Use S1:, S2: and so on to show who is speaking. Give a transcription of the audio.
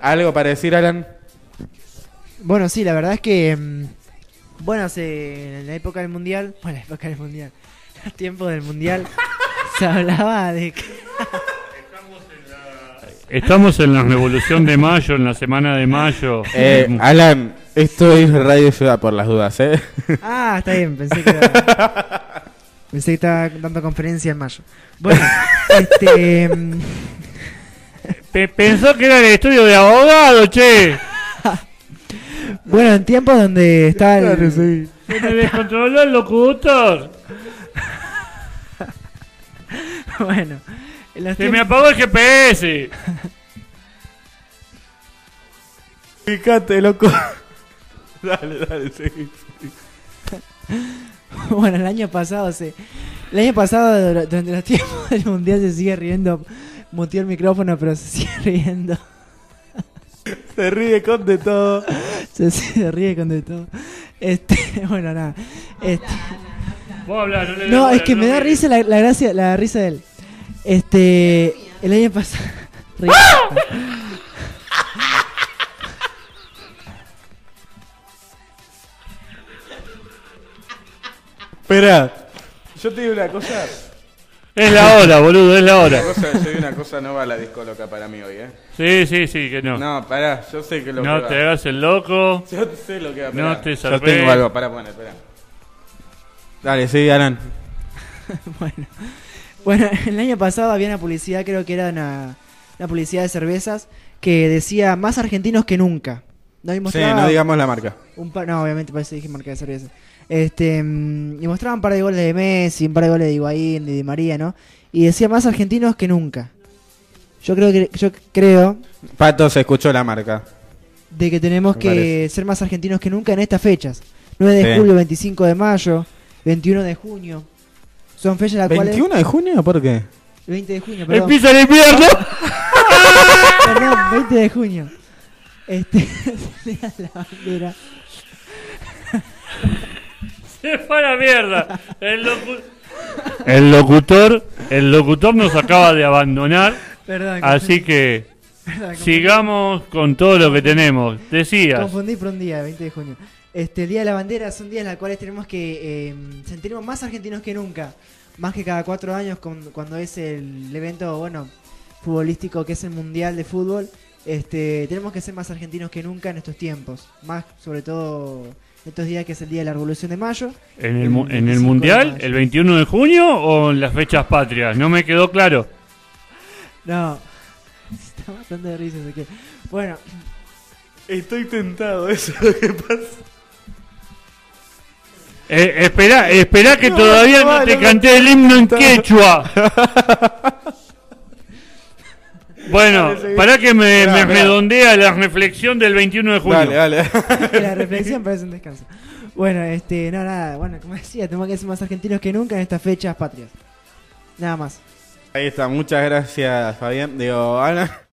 S1: ¿Algo para decir, Alan?
S2: Bueno, sí, la verdad es que. mm, Bueno, se, en la época del mundial. Bueno, la época del mundial. A tiempo del mundial. se hablaba de que.
S3: Estamos en la revolución de mayo, en la semana de mayo.
S1: Eh, Alan, esto es Radio Ciudad por las dudas, ¿eh?
S2: Ah, está bien, pensé que era... Pensé que estaba dando conferencia en mayo. Bueno, este. mm,
S3: Pe- pensó que era el estudio de abogado, che.
S2: Bueno, en tiempos donde estaba. el-
S3: Se me descontroló el locutor.
S2: Bueno, en los
S3: Se me
S2: tiempos-
S3: apagó el GPS.
S1: Fíjate, loco. Dale, dale, sí.
S2: Bueno, el año pasado se. El año pasado, dur- durante los tiempos del mundial, se sigue riendo. Muteó el micrófono, pero se sigue riendo.
S1: Se ríe con de todo.
S2: Se, se ríe con de todo. Este, bueno, nada. Este,
S3: Vos hablá, yo le doy
S2: no,
S3: bola,
S2: es que me da
S3: mire.
S2: risa la, la gracia, la risa de él. Este, el año pasado. ríe.
S1: ¡Ah! Espera, yo te digo una cosa.
S3: Es la hora, boludo, es la hora.
S1: Vos sabés, yo digo una cosa, no va la discoloca para mí hoy, ¿eh?
S3: Sí, sí, sí, que no. No,
S1: No, pará, yo sé que lo que va.
S3: te hagas el loco.
S1: Yo sé lo que va a
S3: No
S1: esperar.
S3: te
S1: Yo
S3: zarpes.
S1: tengo algo, pará, bueno, espera. Dale, sí, Alan.
S2: Bueno. Bueno, el año pasado había una publicidad, creo que era una, una publicidad de cervezas, que decía más argentinos que nunca. No, Y
S1: Sí,
S2: mostraba
S1: no digamos la marca.
S2: un par- no, obviamente parece que dije marca de cerveza. Este, mm, y mostraba un par de goles de Messi, un par de goles de Higuaín, de Di María, ¿no? Y decía más argentinos que nunca. Yo creo que yo creo
S1: Pato se escuchó la marca.
S2: de que tenemos
S1: Me
S2: que
S1: parece.
S2: ser más argentinos que nunca en estas fechas. 9 de
S1: Sí.
S2: julio, 25 de mayo, 21 de junio. Son fechas las cuales
S1: ¿21 de junio? ¿Por qué?
S2: 20 de junio, perdón.
S3: ¡Empieza el invierno!
S2: Perdón, 20 de junio. Este, tenía la bandera.
S3: ¡Se fue a la mierda! El, locu- el locutor el locutor nos acaba de abandonar,
S2: Perdón.
S3: así que
S2: perdón, confundí-
S3: sigamos con todo lo que tenemos. Decías,
S2: Confundí por un día, 20 de junio. Este, el Día de la Bandera son días en los cuales tenemos que eh, sentirnos más argentinos que nunca. Más que cada cuatro años con- cuando es el evento, bueno, futbolístico que es el Mundial de Fútbol. Este, tenemos que ser más argentinos que nunca en estos tiempos. Más, sobre todo, en estos días que es el Día de la Revolución de Mayo.
S3: ¿en el, mu-
S2: 25
S3: en
S2: de
S3: el mundial,
S2: mayo.
S3: el 21 de junio o en las fechas patrias? No me quedó claro.
S2: No, se está matando de risa, Ezequiel. Bueno,
S1: Estoy tentado, eso es lo que pasa.
S3: Eh, espera, espera que
S1: No,
S3: todavía no,
S1: no,
S3: te
S1: no,
S3: canté el himno en quechua. Bueno,
S1: Dale, seguí.
S3: para que me,
S1: Esperá,
S3: me
S1: esperá.
S3: redondea la reflexión del 21 de junio.
S1: Dale, dale.
S2: la reflexión parece un descanso. Bueno, este, no, nada, bueno, como decía, tenemos que ser más argentinos que nunca en estas fechas patrias. Nada más.
S1: Ahí está, muchas gracias, Fabián. Digo, Alan.